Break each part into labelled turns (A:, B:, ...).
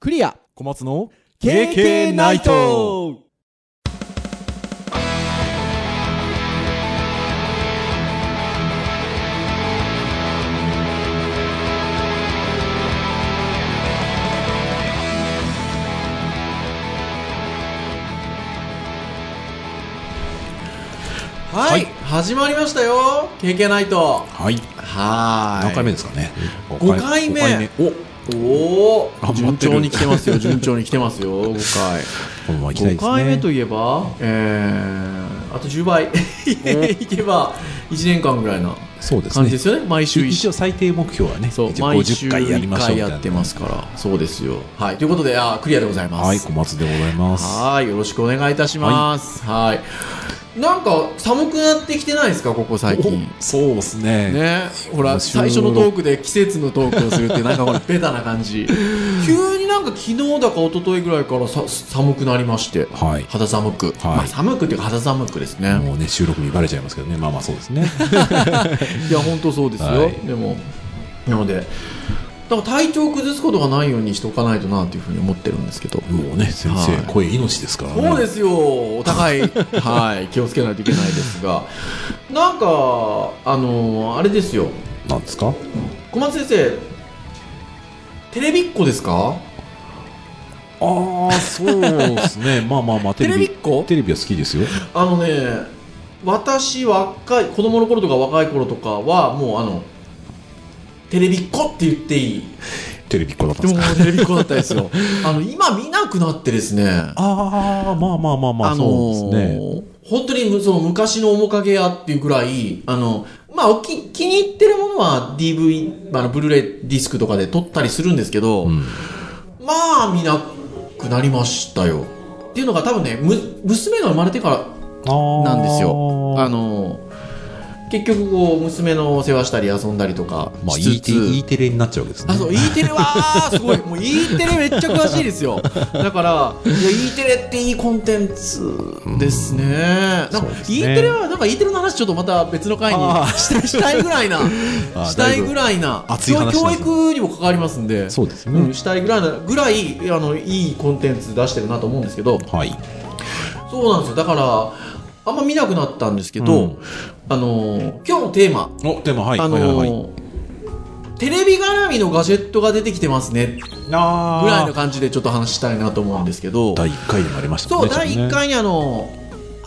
A: クリア
B: 小松の
A: KK ナイト
C: はい、始まりましたよ KK ナイト
B: はい
C: はーい
B: 何回目ですかね
C: 五回目
B: 五お
C: お
B: 張
C: お
B: って
C: 順
B: る
C: 調に来てますよ順調に来てます よ5回
B: このまま行きたい
C: 5
B: ですね
C: 回目といえばえー、あと10倍 いけば1年間ぐらいな
B: そうです
C: 感
B: ね
C: じですよね毎週一
B: 一応最低目標はね
C: そう
B: 一応
C: 毎週
B: 50回やり
C: 1
B: ましょう
C: 回
B: みたいな
C: やってますからそうですよはいということであークリアでございます
B: はい小松でございます
C: はいよろしくお願いいたしますはいなんか寒くなってきてないですかここ最近
B: おそうですね
C: ね、ほら
B: 面白
C: 最
B: い
C: 初のトークで季節のトークをするってなんかこれベタな感じ 急になんか昨日だか一昨日ぐらいからさ寒くなりまして
B: はい
C: 肌寒く、
B: はい
C: まあ、寒くっていうか肌寒くですね
B: もうね収録にバレちゃいますけどねまあまあそうです ね
C: いや本当そうですよ、
B: はい
C: でもなのでだから体調崩すことがないようにしておかないとなっていうふうに思ってるんですけど
B: もうね先生
C: はい
B: 声命ですからね
C: そうですよ、お互 い、はい、気をつけないといけないですが、なんか、あのあれですよ、
B: なんですか
C: 小松先生、テレビっ子ですか
B: ああそうです ねまあまあまあ
C: テレビっ子
B: テレビは好きですよ
C: あのね、私、若い、子供の頃とか若い頃とかは、もう、あの、テレビっ子って言っていい。
B: テレビっ子だったん
C: で
B: です
C: も
B: か、
C: テレビっ子だったですよ。 あの、今見なくなってですね。
B: ああまあまあまあまあ、
C: のー
B: そうですね
C: 本当にむその昔の面影やっていうくらい、あの、まあ、おき気に入ってるものは DV、まああの、ブルーレイディスクとかで撮ったりするんですけど、
B: ん
C: まあ見なくなりましたよ。っていうのが多分ね、む娘が生まれてから
B: な
C: なんですよ。あの結局こう娘の世話したり遊んだりとか
B: まあ、
C: し
B: E
C: つつ、
B: テ E テレになっちゃうわけですね
C: あ、そう、E テレは、すごい。もう E テレめっちゃ詳しいですよ。だから、いや、E テレっていいコンテンツですね。なんか
B: そうですね
C: E テレは、なんか E テレの話ちょっとまた別の回に
B: あ
C: したしたいぐらいな、
B: あ
C: したいぐらいな、
B: 熱い話ですね
C: 教育にも関わりますんで、
B: そうですね、
C: うん、したいぐらいな、ぐらい、あの、いいコンテンツ出してるなと思うんですけど、
B: はい
C: そうなんですよ。だから、あんま見なくなったんですけど、
B: うん
C: あのー、今日のテーマ、
B: おでもはい、
C: あのー
B: はいはいはい
C: テレビ絡みのガジェットが出てきてますね
B: あー
C: ぐらいの感じでちょっと話したいなと思うんですけど、
B: 第一回になりましたも
C: そう、
B: んねちょっと
C: 第
B: ね
C: 1回にあの、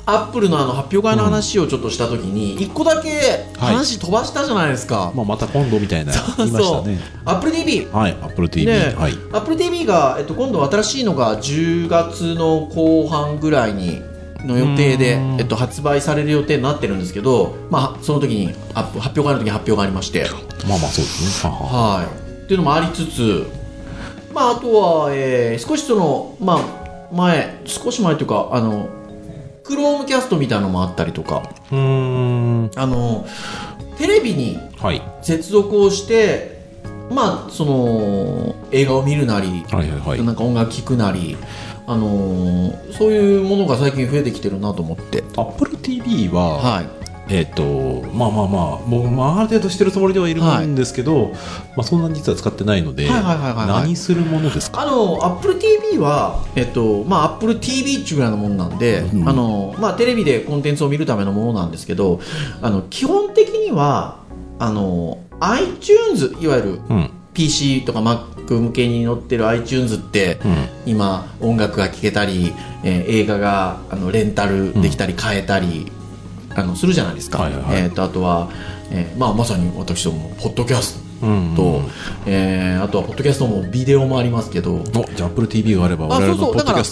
C: アップルのあの発表会の話をちょっとしたときに、1個だけ話飛ばしたじゃないですか。
B: まあ、また今度みたいな言いましたね
C: アップル TV。
B: はい AppleTV、
C: ね
B: はい
C: Apple TV が、えっと、今度新しいのが10月の後半ぐらいにの予定で
B: うーん、
C: えっと、発売される予定になってるんですけど、まあ、その時にアップ発表会の時に発表がありまして、
B: まあまあそうですねはは
C: はい、っていうのもありつつ、まあ、あとは、えー少しその、まあ、前少し前というかあのクロームキャストみたいなのもあったりとか
B: うーん
C: あのテレビに
B: はい
C: 接続をして、まあ、その映画を見るなり、
B: はいはいはい
C: なんか音楽聴くなり、あのーそういうものが最近増えてきてるなと思って。
B: AppleTV は、
C: はい、
B: えっ、とまあまあまあ僕もある程度してるつもりではいる
C: はい
B: んですけど、まあ、そんなに実は使ってないので、
C: はいはいはいはいはい
B: 何するものですか
C: あの Apple TV は、えっとまあ、Apple TV っていうぐらいのものなんで、
B: うん
C: あのまあ、テレビでコンテンツを見るためのものなんですけどあの基本的にはあの iTunes いわゆる
B: うんうん
C: PC とか Mac 向けに載ってる iTunes って、今音楽が聴けたり、えー映画があのレンタルできたり買えたり、あのするじゃないですか、
B: はいはいはい
C: えーとあとは、えーまあ、まさに私どもポッドキャス
B: うんうん
C: ト、えーあとはポッドキャストもビデオもありますけど
B: おじゃあ AppleTV があれば
C: あ
B: 我
C: そう
B: 々の
C: そう
B: ポッ
C: だか
B: ドキ
C: ら
B: ャス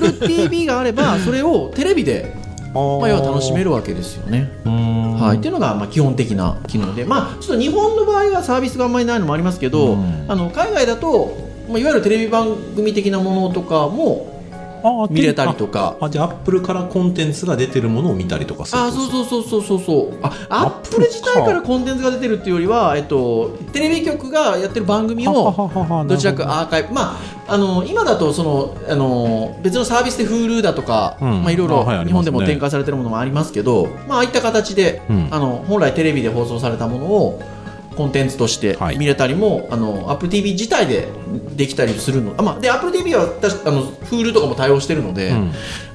B: トが
C: Apple TV があればそれをテレビ で、まあ、要は楽しめるわけですよね。
B: うーん
C: はい、っていうのがまあ基本的な機能で、まあ、ちょっと日本の場合はサービスがあんまりないのもありますけど、
B: うん
C: あの海外だと、まあ、いわゆるテレビ番組的なものとかも
B: あー
C: 見れたりとか。
B: あじゃあアップルからコンテンツが出てるものを見たりとかする
C: あそうそうそうそうそうそうあアップル
B: Apple
C: 自体からコンテンツが出てるっていうよりは、えっと、テレビ局がやってる番組を
B: う
C: どちらかアーカイブ、まあ、あの今だとそのあの別のサービスで Hulu だとか、
B: うん
C: まあ、いろい
B: あはい
C: ろ
B: ありますね
C: 日本でも展開されてるものもありますけど、まあああいった形で、
B: うん
C: あの本来テレビで放送されたものをコンテンツとして
B: はい
C: 見れたりも、あの Apple TV 自体でできたりするのあ、まあ、で Apple TV は確かあの Hulu とかも対応してるので、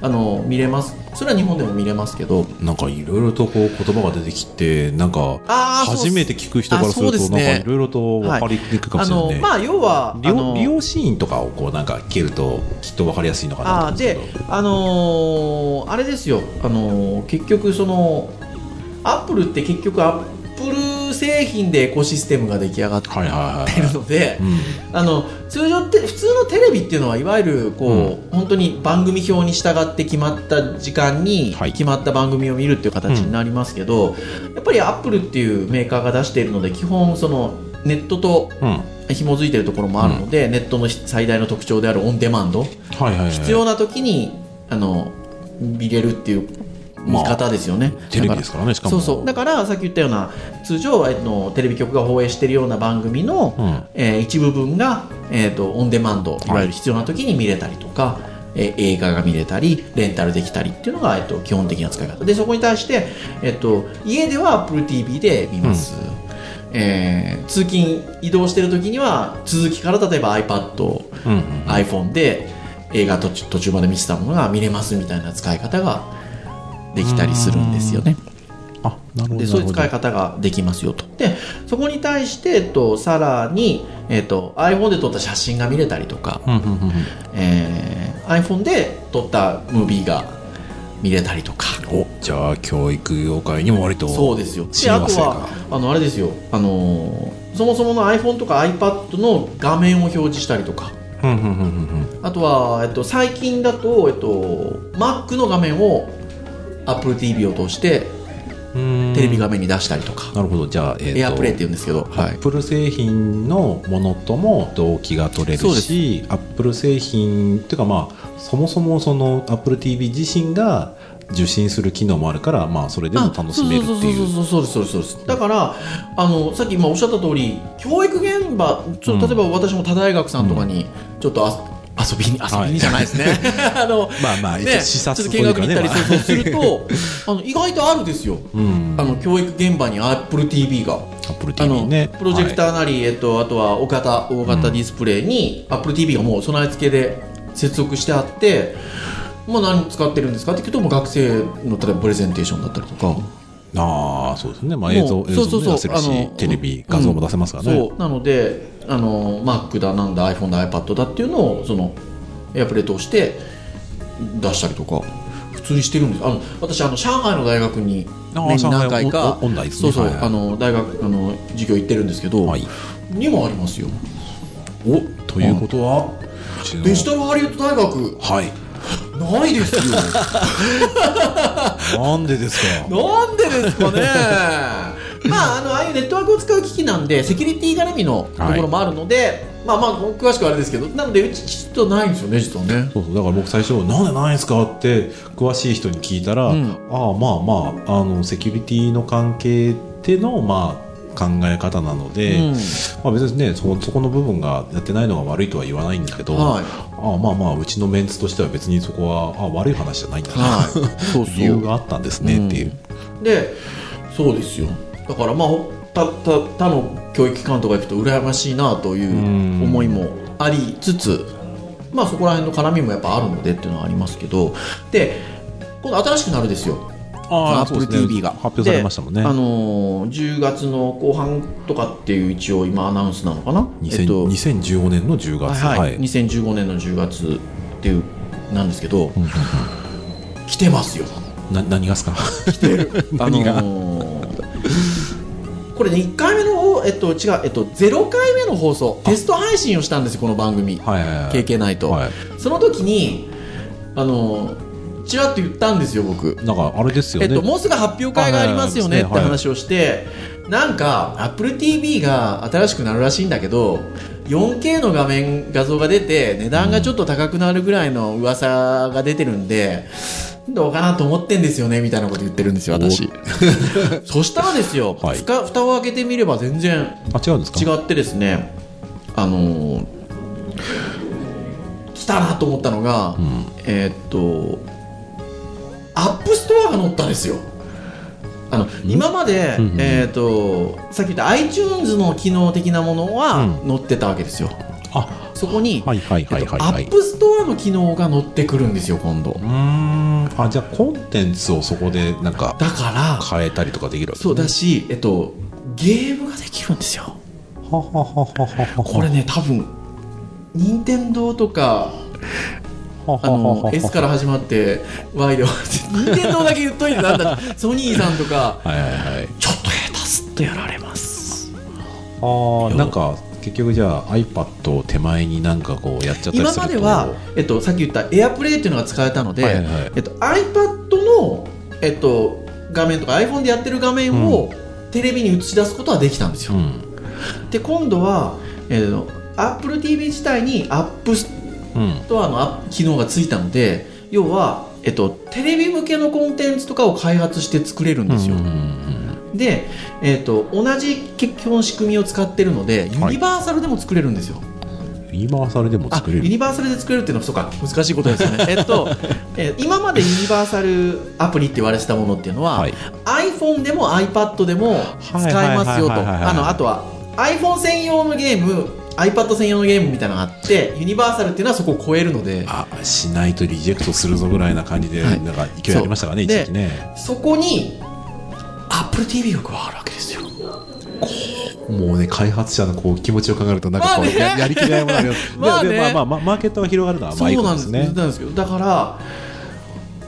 C: あの見れますそれは日本でも見れますけど
B: なんかいろいろとこう言葉が出てきて、なんか
C: あーそうっす
B: 初めて聞く人からする
C: あそうで
B: と、
C: す
B: なん
C: ね
B: かいろいろと分かりにくいかも
C: あ
B: しれない
C: の
B: ね。
C: まあ要は
B: 利
C: あの
B: 用利用シーンとかをこうなんか聞けるときっと分かりやすいのかな
C: あー
B: と思
C: で
B: うんですけど、
C: あのーあれですよ、あのー結局そのアップルって結局アップル製品でエコシステムが出来上がって
B: はいはいはい
C: る ので、
B: うん
C: あの通常って普通のテレビっていうのはいわゆるこう、本当に番組表に従って決まった時間に
B: はい
C: 決まった番組を見るっていう形になりますけど、やっぱりアップルっていうメーカーが出しているので基本そのネットと
B: うん
C: 紐づいてるところもあるので、ネットの最大の特徴であるオンデマンド、
B: はいはいはい
C: 必要な時にあの見れるっていう見方ですよね、
B: テレビですからねしかも
C: そうそうだからさっき言ったような通常、えっと、テレビ局が放映しているような番組の、
B: うん
C: えー一部分が、えー、とオンデマンドいわゆる必要な時に見れたりとか、えー映画が見れたりレンタルできたりっていうのが、えっと、基本的な使い方でそこに対して、えっと、家では AppleTV で見ます、えー通勤移動してる時には続きから例えば iPad
B: うんうん、
C: iPhone で映画途中途中まで見てたものが見れますみたいな使い方ができたりするんですよね。
B: あなるほど
C: でそういう使い
B: 方
C: 方ができますよと。でそこに対して、えっと、さらに、えっと、iPhone で撮った写真が見れたりとか、
B: うんうんうんうん
C: えー iPhone で撮ったムービーが見れたりとか。
B: おじゃあ教育業界にも割と
C: そうですよ。で、
B: 親
C: あ
B: 和
C: と
B: 性が
C: は、あの、あれですよ。あのーそもそもの iPhone とか iPad の画面を表示したりとか、
B: うんうんうんうんうん
C: あとは、えっと、最近だと、えっと、Mac の画面を Apple TV を通して
B: うん
C: テレビ画面に出したりとか、
B: なるほどじゃあ、え
C: エアプレイって
B: い
C: 言
B: う
C: うんですけど、
B: ア
C: はい
B: ッ、プル製品のものとも同期が取れ
C: そ
B: る
C: うです
B: しアップル製品っていうかまあそもそもそのアップル TV 自身が受信する機能もあるからまあそれでも楽しめるっていう
C: あそうそうそうそうそうそうですそうですだからあのさっき今おっしゃった通り教育現場ちょっと例えば私も多大学さんとかにちょっとあ、遊びに遊びにじゃないで すね、 あの
B: まあまあ一応視
C: ち
B: 察
C: ょっと見学に行ったりそうそうす
B: とい
C: る
B: うかね
C: とあの意外とあるですよ、
B: うん
C: あの教育現場に AppleTV が。
B: Apple
C: あ
B: TV
C: の
B: ね
C: プロジェク
B: は
C: ターなり、えっと、あとは大型大型ディスプレイに AppleTV がもう備え付けで接続してあって、まあ、何使ってるんですかって聞くともう学生の例えばプレゼンテーションだったりとか
B: いああそうですねまあ映像
C: もう
B: 映像
C: そう
B: も
C: そうそ
B: 出せ
C: う
B: る
C: あ
B: し
C: の
B: テレビ
C: うん
B: 画像も出せますからね
C: そうなのであの Mac だなんだ iPhone だ iPad だっていうのをその AirPlay 通して出したりとか普通にしてるんですあの私あの上海の大学に
B: あー
C: 年に何回
B: 上
C: か
B: 海おおオンラインです
C: そ
B: ね
C: うそう
B: はいはい
C: あの大学あの授業行ってるんですけど、
B: はい
C: にもありますよ
B: おということはうちの
C: デジタルハリウッド大学
B: はい
C: ないですよ
B: なんでですか
C: なんでですかね まああのああいうネットワークを使う機器なんでセキュリティ絡みのところもあるので、まあまあ詳しくはあれですけどなのでうちきっとないんですよね実はね
B: そうそうだから僕最初「なんでないんですか?」って詳しい人に聞いたら「
C: うん
B: ああまあまああのセキュリティの関係でのまあ考え方なので、
C: うん
B: まあ、別にねそそこの部分がやってないのが悪いとは言わないんだけど、
C: はい
B: ああまあまあうちのメンツとしては別にそこはああ悪い話じゃないんだな、
C: はい そうそう
B: 理由があったんですねっていう、
C: でそうですよだからまあ他他他の教育機関とか行くと羨ましいなという思いもありつつまあそこら辺の絡みもやっぱあるのでっていうのはありますけどで今度新しくなるですよ
B: ああそう
C: Apple
B: ですね
C: TV が
B: 発表されましたもんね
C: であのー10月の後半とかっていう一応今アナウンスなのかな
B: 2000
C: えっと
B: 2015年の10月
C: はい
B: は
C: はいい、2015年の10月っていうなんですけど、来てますよ
B: な何がですか 何が、
C: あのー これね1回目の方えっと違うえっと0回目の放送テスト配信をしたんですよこの番組、
B: はいはいはい
C: 経験ないと、
B: はい
C: その時にあのーちらっと言ったんですよ僕
B: なんかあれですよね、
C: えっと、もうすぐ発表会がありますよねって
B: はいはいはい
C: 話をして、なんか AppleTV が新しくなるらしいんだけど 4K の画面画像が出て値段がちょっと高くなるぐらいの噂が出てるんで、どうかなと思ってんですよねみたいなこと言ってるんですよ私そしたらですよ、
B: はい
C: ふか蓋を開けてみれば全然
B: あ違うんですか
C: 違ってですねあのー来たなと思ったのが、えーっとアップストアが載ったんですよあの今まで、
B: うんうん
C: えー、とさっき言った iTunes の機能的なものは
B: う
C: 載ってたわけですよ、
B: あ
C: そこに、
B: はいはい
C: え
B: はい
C: っと
B: はい
C: ア
B: はい
C: ップストアの機能が載ってくるんですよ今度
B: うーんあじゃあコンテンツをそこでなんか
C: だから
B: 変えたりとかできるわけ
C: そうだし、えっと、ゲームができるんですよ
B: ははははは
C: これね多分任天堂とか
B: は
C: あの S から始まって Y で終わって任天堂だけ言っといてなんだソニーさんとか
B: はいはいはい
C: ちょっと下手すっとやられます
B: あーなんか結局じゃあ iPad を手前になんかこうやっちゃったり
C: 今
B: する
C: まで
B: と
C: は、えっと、さっき言った AirPlay っていうのが使えたので、
B: はいはい
C: えっと、iPad の、えっと、画面とか iPhone でやってる画面を、テレビに映し出すことはできたんです
B: う
C: よ、
B: ん
C: で今度は、えっと、AppleTV 自体に App ス
B: うん
C: トアのアップ機能がついたので要は、えっと、テレビ向けのコンテンツとかを開発して作れるんですよ、
B: うんうん
C: で、えっと、同じ基本仕組みを使ってるのでユニバーサルでも作れるんですよ、
B: うんユニバーサルでも
C: あ
B: 作
C: ユ
B: れる
C: ニバーサルで作れるっていうのはそうか難しいことですよ ねえっと、えー今までユニバーサルアプリって言われてたものっていうのは、
B: はい
C: iPhone でも iPad でも使えますよと
B: はいはいはいはいはい
C: あのあとは iPhone 専用のゲーム iPad 専用のゲームみたいなのがあってユニバーサルっていうのはそこを超えるので
B: あしないとリジェクトするぞぐらいな感じで、
C: はい
B: なんか勢いありましたからね、
C: そう
B: 一時期ね。
C: そこに AppleTV が加わるわけですよ
B: もうね、開発者のこう気持ちを考えると、なんかこう、
C: まあね
B: ややりきがいもあるよ。
C: まあね
B: ででまあまあまあ、マーケットが広がるのは、まあいい
C: そう
B: こ
C: な
B: と
C: ん
B: で
C: ですね
B: すね。
C: なんですけどだから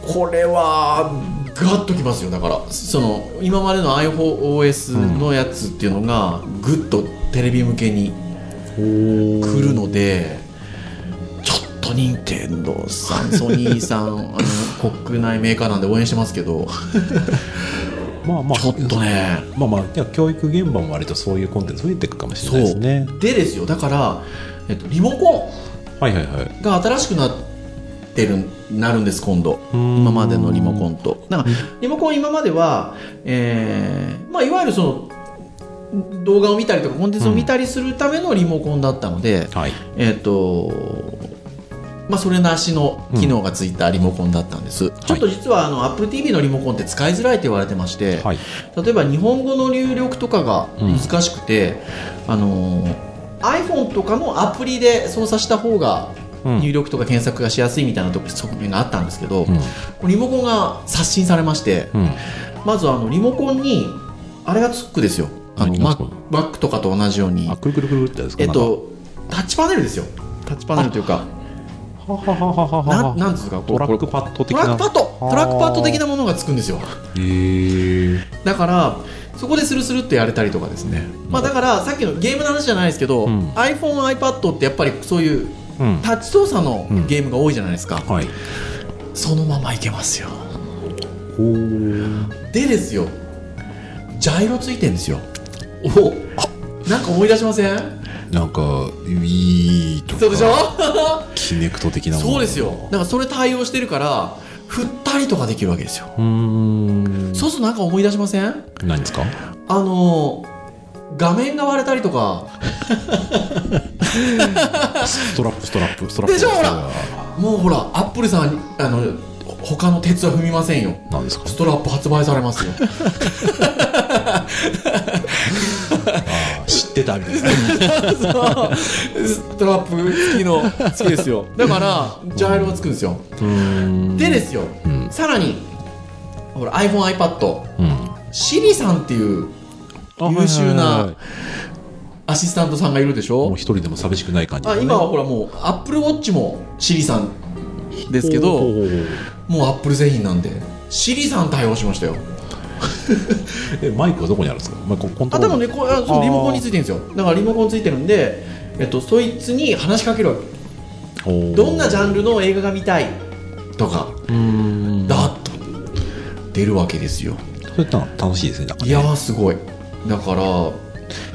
C: これはガッときますよだからその今までの iPhoneOS のやつっていうのがグッとテレビ向けに来るので、ちょっと任天堂さ んソニーさんあの国内メーカーなんで応援してますけど
B: まあまあ、
C: ちょっとね
B: まあまあ、いや教育現場も割とそういうコンテンツ増えていくかもしれないですね。
C: でですよだから、えっと、リモコ
B: はいはいはい。
C: ンが新しくなってるなるんです今度。今
B: 今
C: までのリモコンとだからリモコン今までは、えーまあ、いわゆるその動画を見たりとかコンテンツを見たりするためのリモコンだったので、
B: はい。
C: えっ、とまあそれなしの機能がついたリモコンだったんです、ちょっと実はあの AppleTV のリモコンって使いづらいと言われてまして、
B: はい。
C: 例えば日本語の入力とかが難しくて、あのー iPhone とかのアプリで操作した方が
B: うん
C: 入力とか検索がしやすいみたいなとこ側面があったんですけど、
B: うん。
C: リモコンが刷新されまして、
B: うん。
C: まずあのリモコンにあれがつくですよあの
B: 何が
C: マ
B: つくの
C: マックとかと同じように
B: あ、くるくるくるってやつか
C: えっ、とタッチパネルですよタッチパネルというか
B: なんかははははは
C: な
B: は。
C: なんですかこ
B: ト
C: う
B: ラ
C: こ
B: ッ
C: れ
B: クパッド
C: ト
B: 的
C: ラッ
B: な。
C: クパッド
B: はあ
C: トラックパッド的なものがつくんですよ
B: へえ。
C: だからそこでスルスルっとやれたりとかですね、まあ、だからさっきのゲームの話じゃないですけど、
B: うん
C: iPhoneiPad ってやっぱりそういう
B: うん。
C: タッチ操作のゲームが多いじゃないですか、
B: はい。
C: そのままいけますよ
B: ほう。
C: でですよジャイロついてんですよおなんか思い出しません
B: なんか、Wii とか。
C: そうでしょ
B: キネクト的なもの。
C: そうですよだからそれ対応してるから振ったりとかできるわけですよ
B: うーん。
C: そうするとなんか思い出しません
B: 何ですか
C: あの画面が割れたりとか
B: ストラップ、ストラップ、ストラップ。
C: でしょほらもうほらアップルさんあの他の鉄は踏みませんよ
B: 何ですか
C: ストラップ発売されますよ
B: 知ってたみたいな。
C: そう ストラップ付きの付きですよ だからジャイロがつくんですよでですよ、
B: うん
C: さらにほら iPhoneiPad
B: うん。
C: シリさんっていう優秀なアシスタントさんがいるでし
B: もう
C: ょ
B: 一人でも寂しくない感じ
C: あ
B: だね
C: 今はほらもう AppleWatch もシリさんですけ
B: ほう
C: ど
B: ほうほう
C: もう Apple 製品なんでシリさん対応しましたよ
B: えマイクはどこにあるんですかマイクコント
C: あ
B: ロ
C: 多
B: ー
C: 分
B: ラー
C: ねこうあそうリモコンについてるんですよだからリモコンついてるんで、えっと、そいつに話しかけるわけ
B: ほう
C: どんなジャンルの映画が見たいとか
B: うーん
C: だっと出るわけですよ
B: それってのは楽しいですねなんか
C: い
B: ね
C: やーすごいだから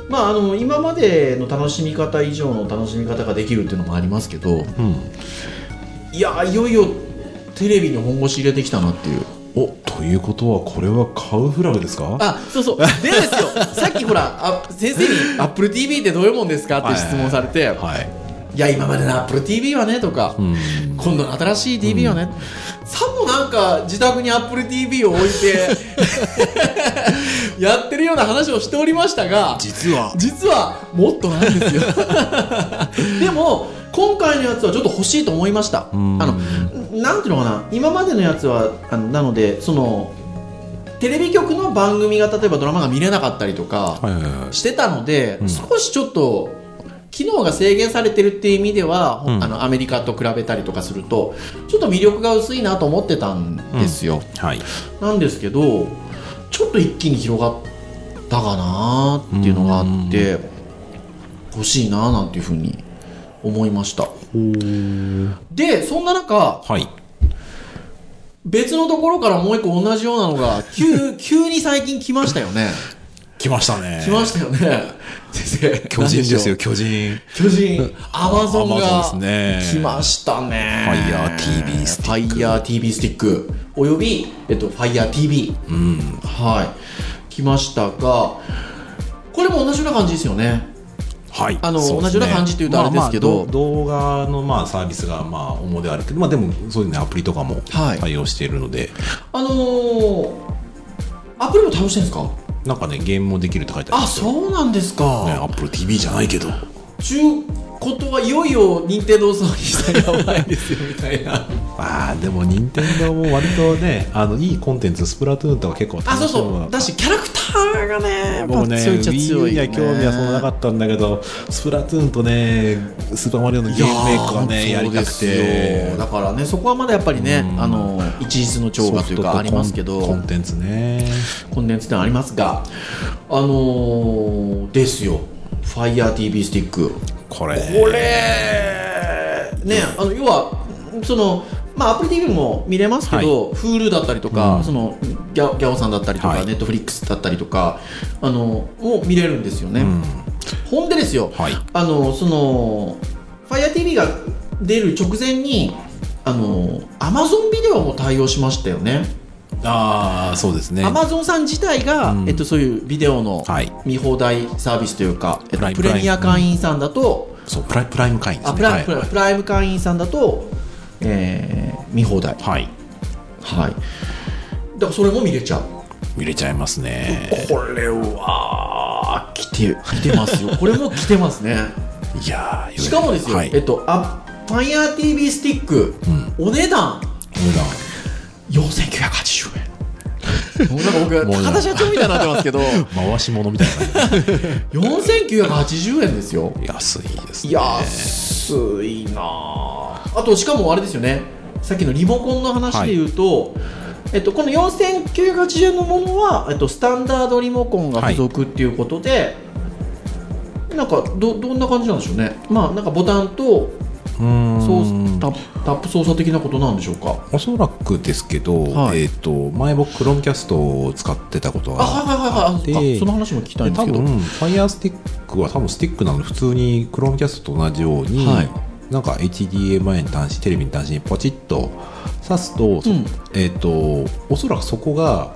C: まああの今までの楽しみ方以上の楽しみ方ができるっていうのもありますけど
B: うん
C: いやーいよいよテレビに本腰入れてきたなっていう
B: おということはこれはカウフラグですか
C: あそうそうでです よさっきほらあ先生に「AppleTV ってどういうもんですか?」って質問されて、
B: はい
C: いや今までの AppleTV はねとか、
B: うん
C: 今度の新しい TV はね、さもなんか自宅に AppleTV を置い てやってるような話をしておりましたが
A: 実は
C: 実はもっとなんですよ でも今回のやつはちょっと欲しいと思いましたあ
B: ん
C: のなんていうのかな今までのやつはあのなのでそのテレビ局の番組が例えばドラマが見れなかったりとか
B: はいはいはい
C: してたので、
B: ん
C: 少しちょっと機能が制限されてるっていう意味では、
B: うん
C: あのアメリカと比べたりとかするとちょっと魅力が薄いなと思ってたんですよ、
B: はい
C: なんですけどちょっと一気に広がったかなっていうのがあって欲しいななんていうふうに思いましたでそんな中
B: はい
C: 別のところからもう一個同じようなのが急 急に最近来ましたよね
B: 来ましたね
C: 来ましたよね先生
B: 巨人ですよ
C: 何しょ
B: 巨人
C: う巨人アマゾンが
B: Amazon で
C: 来
B: すね
C: ましたね
B: FireTV ス
C: ティック FireTV スティックおよび、えっと、FireTV
B: うん
C: はい、来ましたが、これも同じような感じですよね。
B: はい
C: あの
B: そうです
C: 同じような感じというとあれですけど
B: まあまあ動画のまあサービスがまあ主ではあるけどまあでもそういうねアプリとかも
C: はい
B: 対応しているので
C: あのー、アプリも対応してるんですか
B: なんかねゲームもできるって書いてある
C: あ、そうなんです
B: ね
C: か。
B: Apple TV じゃないけど
C: ちゅうことはいよいよ任天堂さんにしたらやばいですよみた いな。
B: ああでも任天堂も割とねあのいいコンテンツスプラトゥーンとか結構楽
C: あ、そう
B: しいのが
C: そう。だし、キャラクターがね、
B: 僕ね、
C: 強いっちゃ
B: Wii
C: 強
B: U
C: い、
B: に
C: ね。
B: は興味はそんななかったんだけど、スプラトゥーンとね、スーパーマリオのゲームメイクはね、
C: い
B: や
C: ー
B: りたくて
C: そうですよ、だからねそこはまだやっぱりね、
B: うん
C: あの一日の調和というかありますけど
B: ソフトとコンコンテンツね。
C: コンテンツってのはありますが、あのーですよ、FireTV スティック。
B: これ、
C: これ、ね、あの要は、その、まあ、アプリ TV も見れますけど、Hulu だったりとか、
B: うん
C: そのギャギャオさんだったりとか、
B: はい
C: Netflix だったりとか、あのもう見れるんですよね。
B: うん、
C: ほんでですよ、
B: はい
C: あのその FireTV が出る直前に、あの Amazon ビデオも対応しましたよね。
B: ああ、そうですね。
C: アマゾンさん自体が、
B: うん
C: えっと、そういうビデオの
B: はい
C: 見放題サービスというか、えっ
B: プラ
C: と、
B: イム
C: プレミア会員さんだと、
B: そうプライ、プライム会員です
C: あ
B: ね。
C: プラ
B: はい
C: プラプライム会員さんだと、えー見放題、
B: はい、
C: はい、だからそれも見れちゃう
B: 見れちゃいますね。
C: これは来て来てます よこれも来てますね
B: いやー
C: しかもですよ、
B: はい、
C: えっとあファイヤー TV スティック、お値段
B: お値段
C: 4980円 もうなんか僕
B: もうね
C: 高田社長みたいになってますけ ど
B: 回し物みたいな感
C: 4980円ですよ
B: じ安いですね。
C: 安いなああとしかもあれですよねさっきのリモコンの話で言うと、えっと、この4980円のものは、えっと、スタンダードリモコンが付属っていうことで、なんかどどんな感じなんでしょうねまあなんかボタンと
B: うーん
C: 操タップタップ操作的なことなんでしょうか
B: おそらくですけど、
C: はい
B: えっ、と、前僕、クロームキャストを使ってたこと
C: あ
B: が
C: はいはいはいはいあ
B: で
C: その話も聞きたい
B: で
C: んです
B: 多
C: けど
B: 分、ファイヤースティックは多分スティックなので、普通に Chromecast と同じように、
C: はい
B: なんか HDMI に端子、テレビに端子にポチッと挿すと、そ
C: うん
B: えっ、と、おそらくそこが、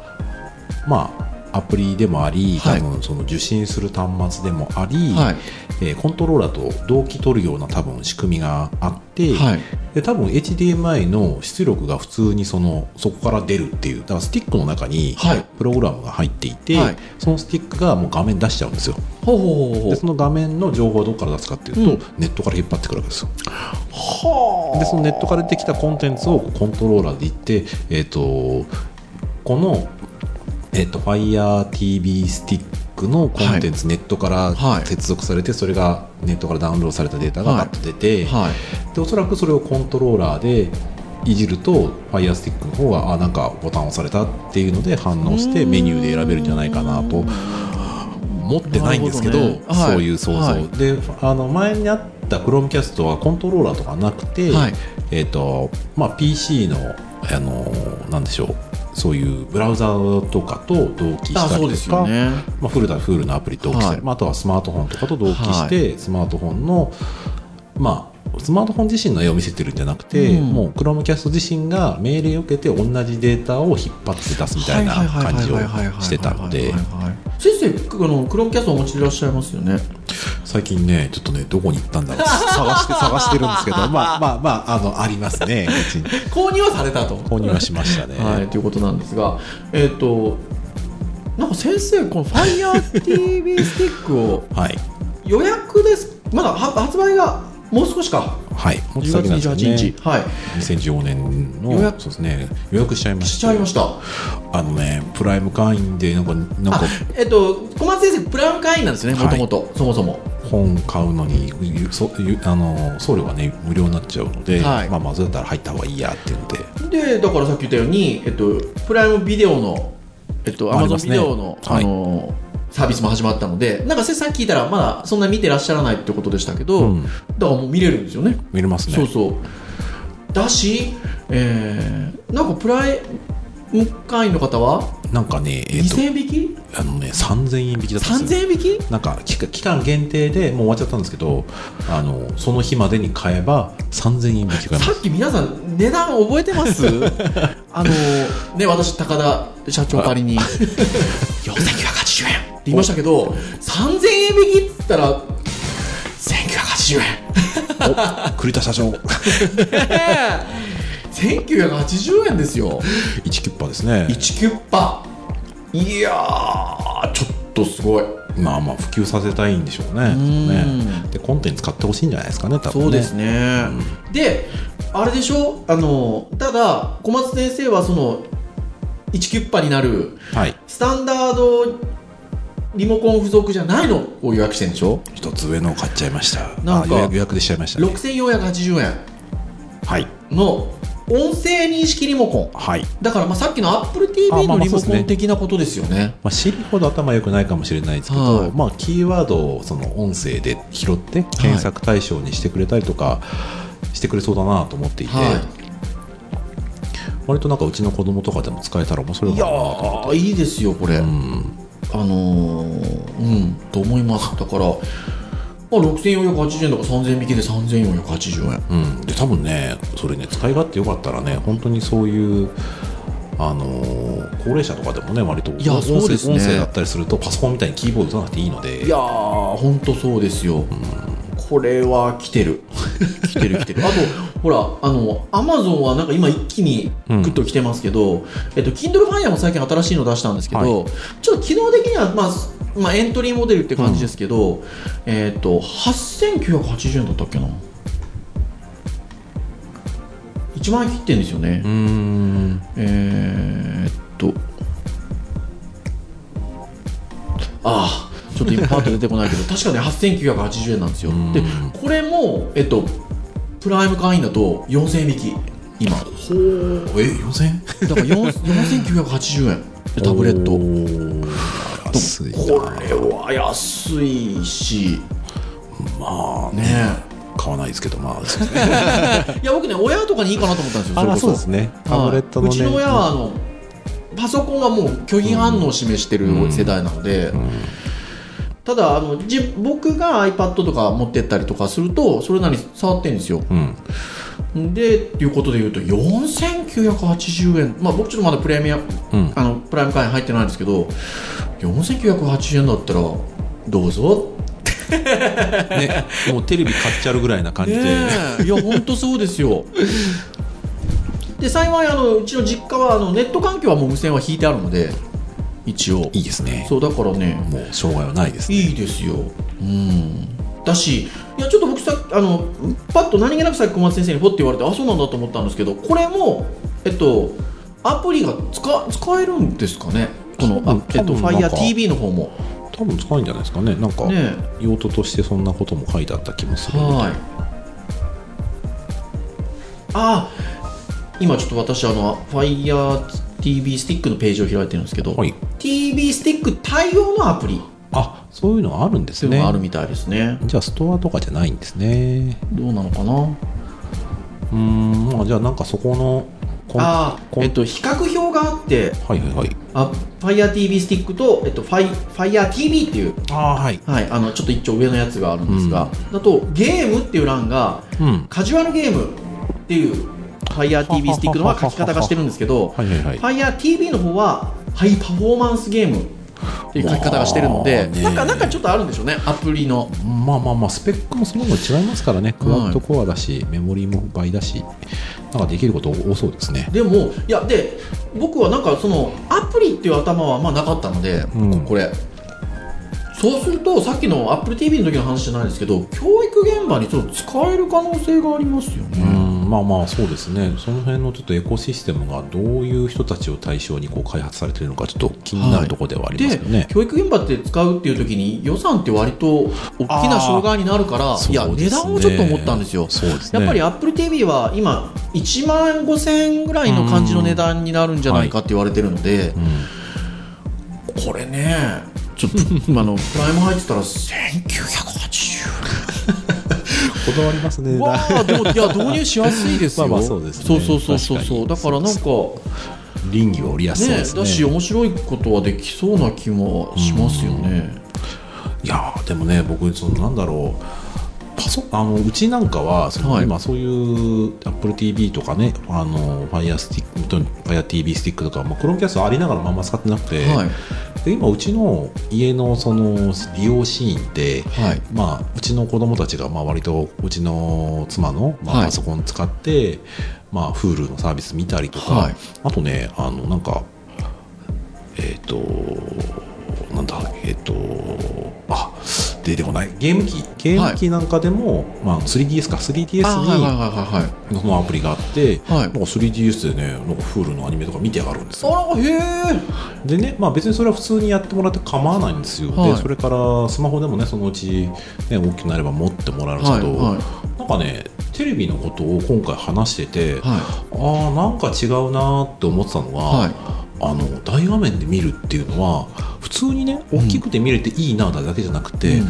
B: まあ、アプリでもあり、
C: はい
B: 多分その受信する端末でもあり、
C: はい
B: えーコントローラーと同期取るような多分仕組みがあって、
C: はい
B: で多分 HDMI の出力が普通にそのそこから出るっていうだからスティックの中に
C: はい
B: プログラムが入っていて、
C: はい
B: そのスティックがもう画面出しちゃうんですよ
C: ほうほうほうほ
B: で
C: う
B: その画面の情報をどこから出すかっていうと、
C: うん
B: ネットから引っ張ってくるわけですよ
C: は
B: でそのネットから出てきたコンテンツをコントローラーでいって、えっとこの、えっと FireTV スティックのコンテンツ、ネットから
C: はい
B: 接続されて、それがネットからダウンロードされたデータが
C: は
B: バ
C: い
B: ッと出て、
C: はい
B: でおそらくそれをコントローラーでいじると FireStick の方があなんかボタン押されたっていうので反応してメニューで選べるんじゃないかなと持ってないんですけど
C: なるほどねはい
B: そういう想像、
C: はい
B: であの前にあった Chromecast はコントローラーとかなくて、
C: はい
B: えっとまあ、PC のあのなんでしょうそういうブラウザーとかと同期し
C: あ
B: た
C: そう
B: り
C: です
B: とか、
C: よね
B: まあ、フルだフルのアプリ同期したり、
C: はい
B: まあ、あとはスマートフォンとかと同期して、スマートフォンの、まあ、スマートフォン自身の絵を見せてるんじゃなくて、
C: うん
B: もう Chromecast 自身が命令を受けて同じデータを引っ張って出すみたいな感じをしてたので
C: 先生あのクロームキャストお持ちでいらっしゃいますよね
B: 最近ねちょっとねどこに行ったんだろう探して探してるんですけどまあまあまああのありますねうちに
C: 購入はされたと
B: 購入はしましたね、
C: はい、ということなんですが、えっ、と、なんか先生、この FireTV スティックを
B: はい
C: 予約です、まだは発売がもう少しか、
B: はい、もっと
C: 10
B: 先
C: 月
B: なんで
C: 28
B: すけどね
C: 日、はい、
B: 2014年の
C: 予約
B: そうですね予約しちゃいました
C: しちゃいました。
B: あのねプライム会員でなんかなん
C: あ
B: か
C: えっ、と、小松先生、プラン会員なんですね、
B: はい
C: もともと、そもそも。
B: 本買うのにゆそゆあの送料がね無料になっちゃうので、
C: はい
B: まあまあそれだったら入った方がいいやっていうので
C: で、だからさっき言ったように、えっ、と、プライムビデオの、えっ、と、
B: ありま
C: Amazon
B: す
C: ビ
B: ね
C: デオの、あ
B: はい
C: のサービスも始まったので、なんか先生さっき聞いたら、まだそんな見てらっしゃらないってことでしたけど、
B: うん
C: だからもう見れるんですよね。
B: 見れますね
C: そうそうだし、えー、なんかプライム会員の方は
B: なんかねえっ、
C: 2000円引き、
B: とあのね3000円引きだったんですよ
C: 3000円引き
B: なんか期間期間限定でもう終わっちゃったんですけどあのその日までに買えば3000円引きが
C: さっき皆さん値段覚えてます あのね私高田社長仮に4980円って言いましたけど3000円引きっつったら1980円
B: お栗田社 長
C: 1980円ですよ
B: 一キュッパですね
C: 1キュッパいやーちょっとすごい
B: まあまあ普及させたいんでしょうねねでコンテンツ買ってほしいんじゃないですかね多分ね
C: そうですね、であれでしょあのただ小松先生はその1キュッパになる
B: はい
C: スタンダードリモコン付属じゃないのを予約してるんでしょ
B: 一つ上のを買っちゃいました
C: なんか
B: あ予約予約でしちゃいました、ね、
C: 6480円
B: はい
C: の音声認識リモコン
B: はい
C: だからまあさっきの AppleTV
B: あま
C: の
B: あまあ
C: リモコ
B: そうです
C: ン
B: ね
C: 的なことですよね
B: まあ、シリほど頭良くないかもしれないですけど、
C: はい
B: まあ、キーワードをその音声で拾って検索対象にしてくれたりとかしてくれそうだなと思っていて、
C: は
B: 割となんかうちの子供とかでも使えたら面白
C: い
B: い
C: い
B: か
C: や
B: な
C: ーいいですよこれ、
B: うん
C: あのーうんと思いますだから、まあ、6480円だから3000引きで3480円
B: うん、で多分ねそれね使い勝手よかったらね本当にそういう、あのー高齢者とかでもね割と
C: いや
B: 音声
C: そうですね
B: 音声だったりするとパソコンみたいにキーボード打たなくていいので
C: いやー、ほんとそうですよ。これは来てる。来てる来てる。あと、ほら、あの、アマゾンはなんか今一気にグッと来てますけど、えっと、Kindle Fire も最近新しいの出したんですけど、ちょっと機能的には、まあ、すまあ、エントリーモデルって感じですけど、えっと、8980円だったっけな。1万円切ってんですよね。
B: うーん
C: えーっとああちょっと今パッと出てこないけ ど確かね8980円なんですよ
B: ん
C: でこれもえっとプライム会員だと4000円引き今だか
B: ほうえ4000円
C: ら4 4980円でタブレット
B: おー安いな
C: これは安いし
B: まあ
C: ね
B: ね買わないですけど まあそうですね
C: えいや僕ね親とかにいいかなと思ったんですよそれこそ
B: ね
C: はいうちの親はあのパソコンはもう拒否反応を示してる世代なので、ただあのじ僕が iPad とか持ってったりとかするとそれなりに触ってるんですよ
B: うん
C: でっていうことで言うと4980円まあ僕ちょっとまだプレミア
B: うん
C: あのプライム会員入ってないんですけど4980円だったらどうぞ
B: ねもうテレビ買っちゃうぐらいな感じで、
C: ねえいや本当そうですよ で幸いあのうちの実家はあのネット環境はもう無線は引いてあるので一応
B: いいですね
C: そうだからね
B: もう障害はないですね
C: いいですようんだしいやちょっと僕さあのパッと何気なくさっき小松先生にポッて言われてあそうなんだと思ったんですけどこれもえっとアプリが使使えるんですかねこのあえ
B: 多
C: っと
B: 分
C: フ
B: なんか
C: ァイヤー TV の方も
B: 多分使うんじゃないですかねなんか
C: ね
B: 用途としてそんなことも書いてあった気もするので
C: はい。ああ、今ちょっと私あの Fire TV スティックのページを開いてるんですけど、
B: はい
C: TV スティック対応のアプリっ
B: あそういうのあるんで
C: て
B: す
C: いうの
B: ね
C: があるみたいですね。
B: じゃあストアとかじゃないんですね
C: どうなのかな。
B: うーんまあじゃあなんかそこのこん
C: あ
B: こ
C: あ、
B: ん
C: えっと、比較表があって、
B: はいはいはい
C: あ、FireTV スティックと、えっと、FireTV っていう、
B: ああはい
C: はい、あの、ちょっと一丁上のやつがあるんですが、だと、ゲームっていう欄が、
B: うん
C: カジュアルゲームっていう FireTV スティックのは書き方がしてるんですけど、
B: はいはいはい
C: FireTV の方は、ハイパフォーマンスゲームっていう書き方がしてるの
B: わ
C: で、
B: あね
C: なんか、なんかちょっとあるんでしょうね、アプリの。
B: まあまあまあスペックもその方が違いますからねクワッドコアだし、メモリーも倍だしなんかできること多そうですね
C: でもいやで僕はなんかそのアプリっていう頭はあんまなかったので、
B: うん
C: これそうするとさっきの AppleTV の時の話じゃないですけど教育現場にちょっと使える可能性がありますよ
B: う
C: ね、
B: んまあまあそうですねその辺のちょっとエコシステムがどういう人たちを対象にこう開発されてるのかちょっと気になるところではあります
C: で
B: よね、
C: 教育現場って使うっていう時に予算って割と大きな障害になるからいや
B: そう
C: 値
B: ですね
C: 段をちょっと思ったんですよ
B: そうですね
C: やっぱり AppleTV は今1万5000円ぐらいの感じの値段になるんじゃないかって言われてるので、
B: うん
C: これねちょっとあ のプライム入ってたら1980
B: こだわりますね
C: 円わあでも いや導入しやすいですよ
B: まあまあそうですね
C: そうそうそうそうそうだか
B: 確からに
C: なんか
B: 倫理は折りやすそう
C: ね
B: ですね
C: だし面白いことはできそうな気もしますよね
B: いやーでもね僕そのなんだろうパソあのうちなんかはその、
C: はい
B: 今そういう AppleTV とかねあの FireStick FireTV スティックとか、まあ、Chromecast ありながらまんま使ってなくて、
C: はい
B: で今うちの家のその美容シーンって、
C: はい
B: まあ、うちの子供たちがまあ割とうちの妻のま
C: は
B: あ
C: い
B: パソコン使って、まあ、Hulu のサービス見たりとか、
C: はい
B: あとねあのなんかえっ、となんだえっ、とあ出てこないゲーム機ゲーム機なんかでも、まあ、3DS か 3DS
C: あはいはい
B: に
C: はいはいはい
B: そのアプリがあって、
C: はい
B: なんか 3DS でねなんか Hulu のアニメとか見てやがるんです
C: あ
B: よ
C: らへ
B: でね、まあ、別にそれは普通にやってもらって構わないんですよ、
C: はい
B: でそれからスマホでもねそのうち、ね、大きくなれば持ってもらえるんですけど、
C: はいは
B: なんかねテレビのことを今回話してて、
C: えは
B: ああなんか違うなーって思ってたのが、
C: はい
B: あの大画面で見るっていうのは普通にね大きくて見れていいなだけじゃなくて、
C: うん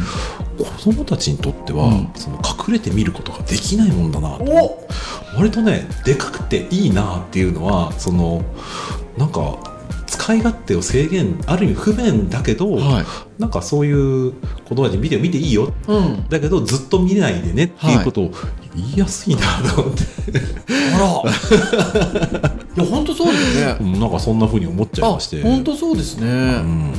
B: 子供たちにとっては、
C: うん
B: その隠れて見ることができないもんだなと
C: お
B: 割とねでかくていいなっていうのはそのなんか使い勝手を制限ある意味不便だけど、
C: はい
B: なんかそういう子供たちにビデオ見ていいよ
C: うん
B: だけどずっと見ないでねっていうことを言いやすいなと思って、
C: あらいや本当そうですね
B: うんなんかそんな風に思っちゃい
C: あ
B: まして
C: 本当そうです
B: う
C: ね
B: ん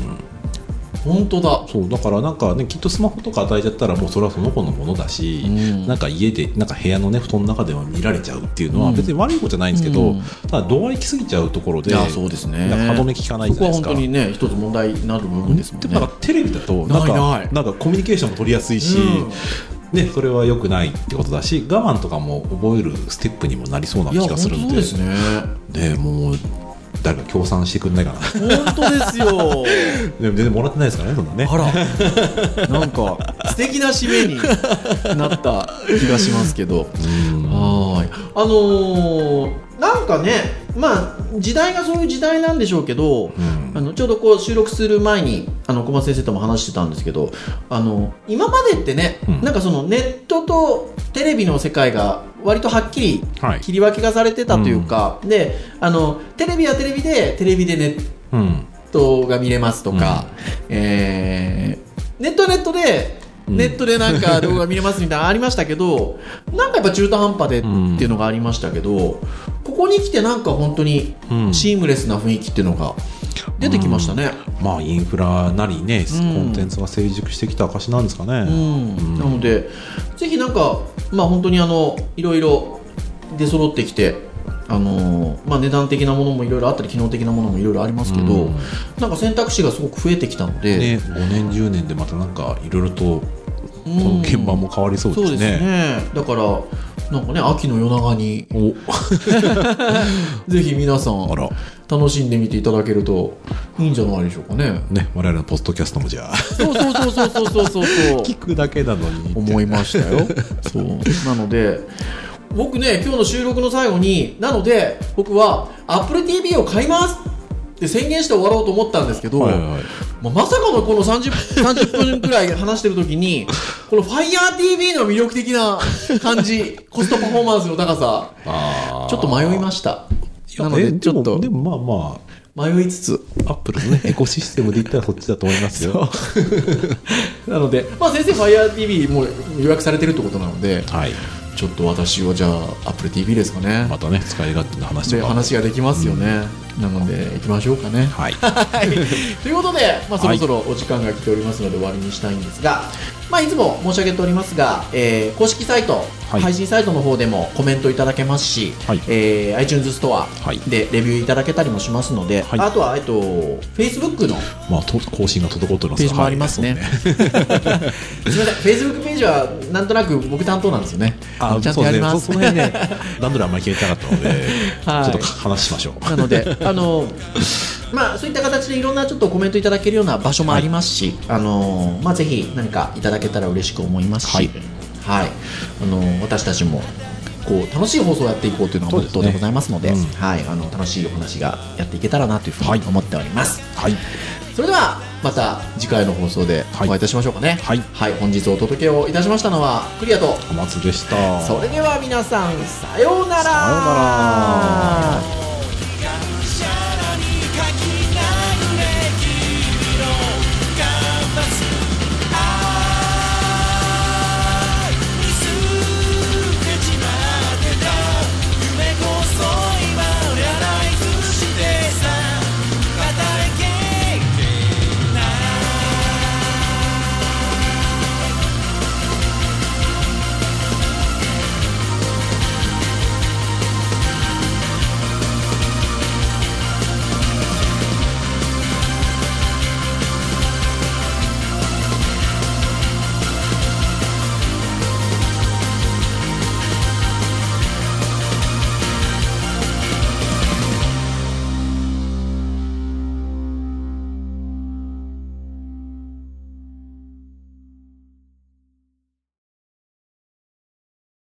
C: 本当だ
B: そうだからなんかねきっとスマホとか与えちゃったらもうそれはその子のものだし、
C: うん
B: なんか家でなんか部屋のね布団の中では見られちゃうっていうの
C: う
B: は
C: ん
B: 別に悪いことじゃないんですけど、
C: うん
B: ただ度合いきすぎちゃうところで
C: いやそうですね
B: なんか歯止め効かないじゃ
C: そこ
B: ないですか
C: は本当にね一つ問題になる部分ですもん
B: で
C: ね
B: もなんかテレビだとなんか
C: ないない
B: んかコミュニケーションも取りやすいし、ね、それは良くないってことだし我慢とかも覚えるステップにもなりそうない
C: や
B: 気がするん
C: 本
B: で
C: 当ですね
B: ねもう誰か協賛してく んないかな
C: 本当ですよ
B: でも全然もらってないですからねそんなね
C: あらなんか素敵な締めになった気がしますけど
B: うん
C: はいあのーなんかねまあ時代がそういう時代なんでしょうけど、
B: うん
C: あのちょうどこう収録する前にあの小松先生とも話してたんですけどあの今までってね、
B: うん
C: なんかそのネットとテレビの世界が割とはっきり
B: はい
C: 切り分けがされてたというか、であのテレビはテレビでテレビでネッ
B: うん
C: トが見れますとか、えーネットはネットで
B: うん
C: ネットでなんか動画見れますみたいなのありましたけど、なんかやっぱ中途半端でっていうのがありましたけど、ここに来てなんか本当に
B: うん
C: シームレスな雰囲気っていうのが出てきましたね。
B: まあインフラなりね、
C: うん
B: コンテンツが成熟してきた証なんですか
C: う
B: ね、
C: ん
B: うん
C: なのでぜひなんか、まあ、本当にあのいろいろ出揃ってきて、あのーまあ、値段的なものもいろいろあったり機能的なものもいろいろありますけど、
B: うん
C: なんか選択肢がすごく増えてきたので、
B: ね5年10年でまたなんかいろいろとこ
C: うん
B: の現場も変わりそう
C: そ
B: で
C: う
B: す
C: です
B: ね。
C: ねだからなんかね秋の夜長に
B: お
C: ぜひ皆さん
B: あら
C: 楽しんでみていただけるといいんじゃないでしょうかね。
B: ね我々のポストキャストもじゃ あ
C: そうそうそうそうそうそうそう そう
B: 聞くだけなのに
C: 思いました よそうなので僕ね今日の収録の最後になので僕は AppleTV を買いますって宣言して終わろうと思ったんですけど、
B: はいはい
C: まあまさかのこの 30, 30分くらい話してる時 にこの FireTV の魅力的な感じコストパフォーマンスの高さ
B: あー
C: ちょっと迷いました
B: いや
C: なので
B: え
C: ちょっと
B: もでもまあま
C: 迷いつつ
B: あ、アップル のね、エコシステムで言ったらそっちだと思いますよ。
C: なので、まあ、先生 FireTV もう予約されてるってことなので
B: はい。
C: ちょっと私はじゃあ AppleTV ですかね
B: またね、使い勝手の話
C: で
B: とか。
C: 話ができますよね、なので行きましょうかね
B: はい。
C: はい、 ということで、まあ、そろそろお時間が来ておりますので終わりにしたいんですが、まあ、いつも申し上げておりますが、えー公式サイト、
B: はい
C: 配信サイトの方でもコメントいただけますし、
B: はい
C: えー iTunes ストア
B: はい
C: でレビューいただけたりもしますので、
B: はい
C: あとは、えっと、Facebook の
B: まあ、と更新が滞っておりますが
C: ページもありますね。 すみません、Facebook ページはなんとなく僕担当なんですよね。
B: あ
C: ちゃんと
B: そう
C: や
B: で
C: り
B: すね。
C: ま
B: そ
C: す
B: そ。の辺ね、段取りあんまり消えてなかったので、
C: はい
B: ちょっと話しましょう。
C: なの で、あのまあ、そういった形でいろんなちょっとコメントいただけるような場所もありますし、あのまあ、ぜひ何かいただけたら嬉しく思いますし、は
B: はいい
C: あの私たちもこう楽しい放送をやっていこうというのが
B: そ
C: モ
B: うで
C: ッ
B: すね
C: トーでございますので
B: うん
C: はい、あの楽しいお話がやっていけたらなというふう
B: はい
C: に思っております。
B: はい。
C: それではまた次回の放送でお
B: はい
C: 会いいたしましょうかね。
B: はい
C: 本日お届けをいたしましたのはクリアと
B: 小松でした。
C: それでは皆さんさようなら
B: さようなら